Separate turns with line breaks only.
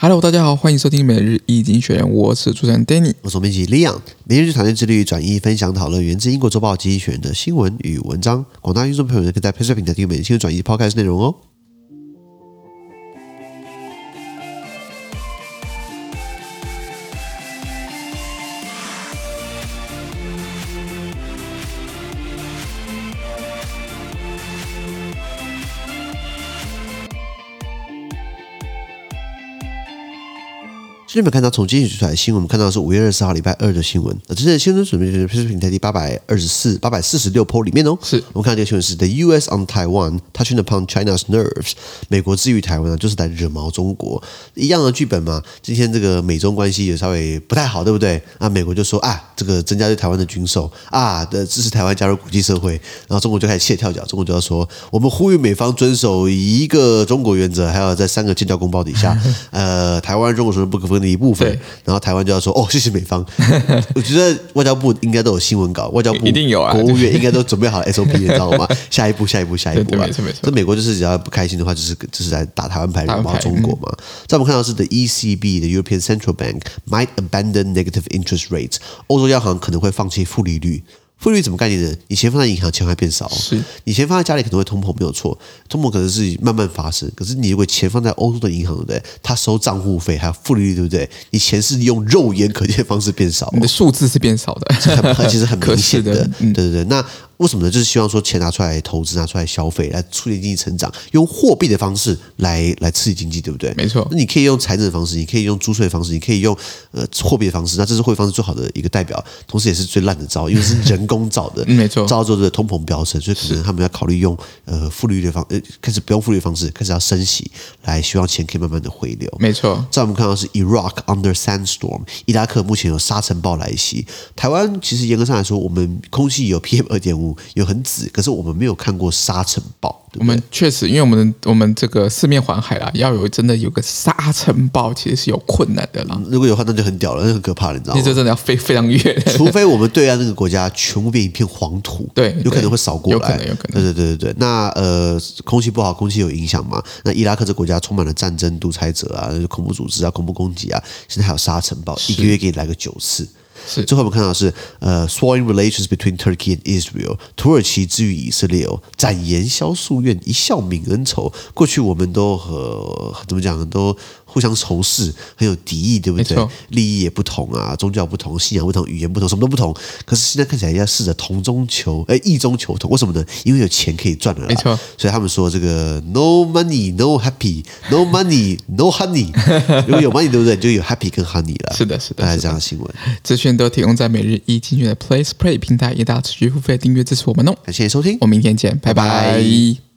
Hello，大家好，欢迎收听每日易经学人，我是主持人 Danny。
我是我们一起 Leon，每日团队致力于转译、分享、讨论源自英国《周报》及选的新闻与文章。广大听众朋友们可以在 p a c e 平台订阅每日新闻转译 Podcast 内容哦。今天我们看到从今天取出来的新闻，我们看到的是五月二十号礼拜二的新闻。那这是新闻准备就是 p a c e 平台第八百二十四、八百四十六 p 里面哦。
是
我们看到这个新闻是 The U.S. on Taiwan touching upon China's nerves。美国至于台湾呢，就是来惹毛中国，一样的剧本嘛。今天这个美中关系也稍微不太好，对不对？啊，美国就说啊，这个增加对台湾的军售啊，的支持台湾加入国际社会，然后中国就开始卸跳脚，中国就要说，我们呼吁美方遵守一个中国原则，还有在三个建交公报 底下，呃，台湾中国是不可分的一部分
对。
然后台湾就要说，哦，谢谢美 方。我觉得外交部应该都有新闻稿，外交部
一定有啊
国务院应该都准备好了 SOP，你知道 吗？下一步，下一步，下一步
对
啊
对没错没错
这美国就是只要不开心的话，就是就是来打台湾牌，
湾
惹
牌嗯
毛中国嘛。在我们看到是 the ECB 的 European Central Bank might abandon negative interest rates，欧洲央行可能会放弃负利率。负利率怎么概念呢？你钱放在银行，钱会变少。
是，
你钱放在家里可能会通膨，没有错，通膨可能是慢慢发生。可是你如果钱放在欧洲的银行，对不对？它收账户费还有负利率，对不对？你钱是用肉眼可见的方式变少哦、
你的数字是变少的，
很其实 很
可
明
视
显
的嗯
的，对对对。那为什么呢？就是希望说钱拿出来投资，拿啊出来消费，来促进经济成长，用货币的方式来来刺激经济，对不对？
没错
那你可以用财政的方式，你可以用租税的方式，你可以用呃货币的方式。那这是货币方式最好的一个代表，同时也是最烂的 招，因为是人工造的，
嗯没错
造之后的通膨飙升，所以可能他们要考虑用呃负利率的方，呃开始不用负利率的方式，开始要升息，来希望钱可以慢慢的回流。
没错，
在我们看到是 Iraq under sandstorm，伊拉克目前有沙尘暴来袭。台湾其实严格上来说，我们空气有 PM 二点五，有很紫，可是我们没有看过沙尘暴，对
我
不对？
们确实，因为我们我们这个四面环海啦，要有真的有个沙尘暴，其实是有困难的啦。
如果有的话，那就很屌了，那很可怕了，你知道
那
吗
这？真的要飞非常远，
除非我们对岸那个国家全部变一片黄土，
对
有可能会扫过
有可
来，
能有可能
对对对对对。那呃，空气不好，空气有影响嘛？那伊拉克这国家充满了战争、独裁者啊、恐怖组织啊、恐怖攻击啊，现在还有沙尘暴，一个月给你来个九次。
是
最后我们看到的是呃，soaring relations between Turkey and Israel，土耳其之于以色列哦，展颜消夙愿，一笑泯恩仇。过去我们都和怎么讲，都互相仇视，很有敌意，对不
没
对
错？
利益也不同啊，宗教不同，信仰不同，语言不同，什么都不同。可是现在看起来要试着同中求，哎，异中求同，为什么呢？因为有钱可以赚了啦，
没错
所以他们说这个 no money no happy，no money no honey，如果有 money 对不对？你就有 happy 跟 honey 了。
是的是的
大概
是
这样的新闻。
资讯都提供在每日一精选的 Place Play 平台，也大家持续付费订阅支持我们哦。
感谢收听
我。们明天见，拜拜
拜拜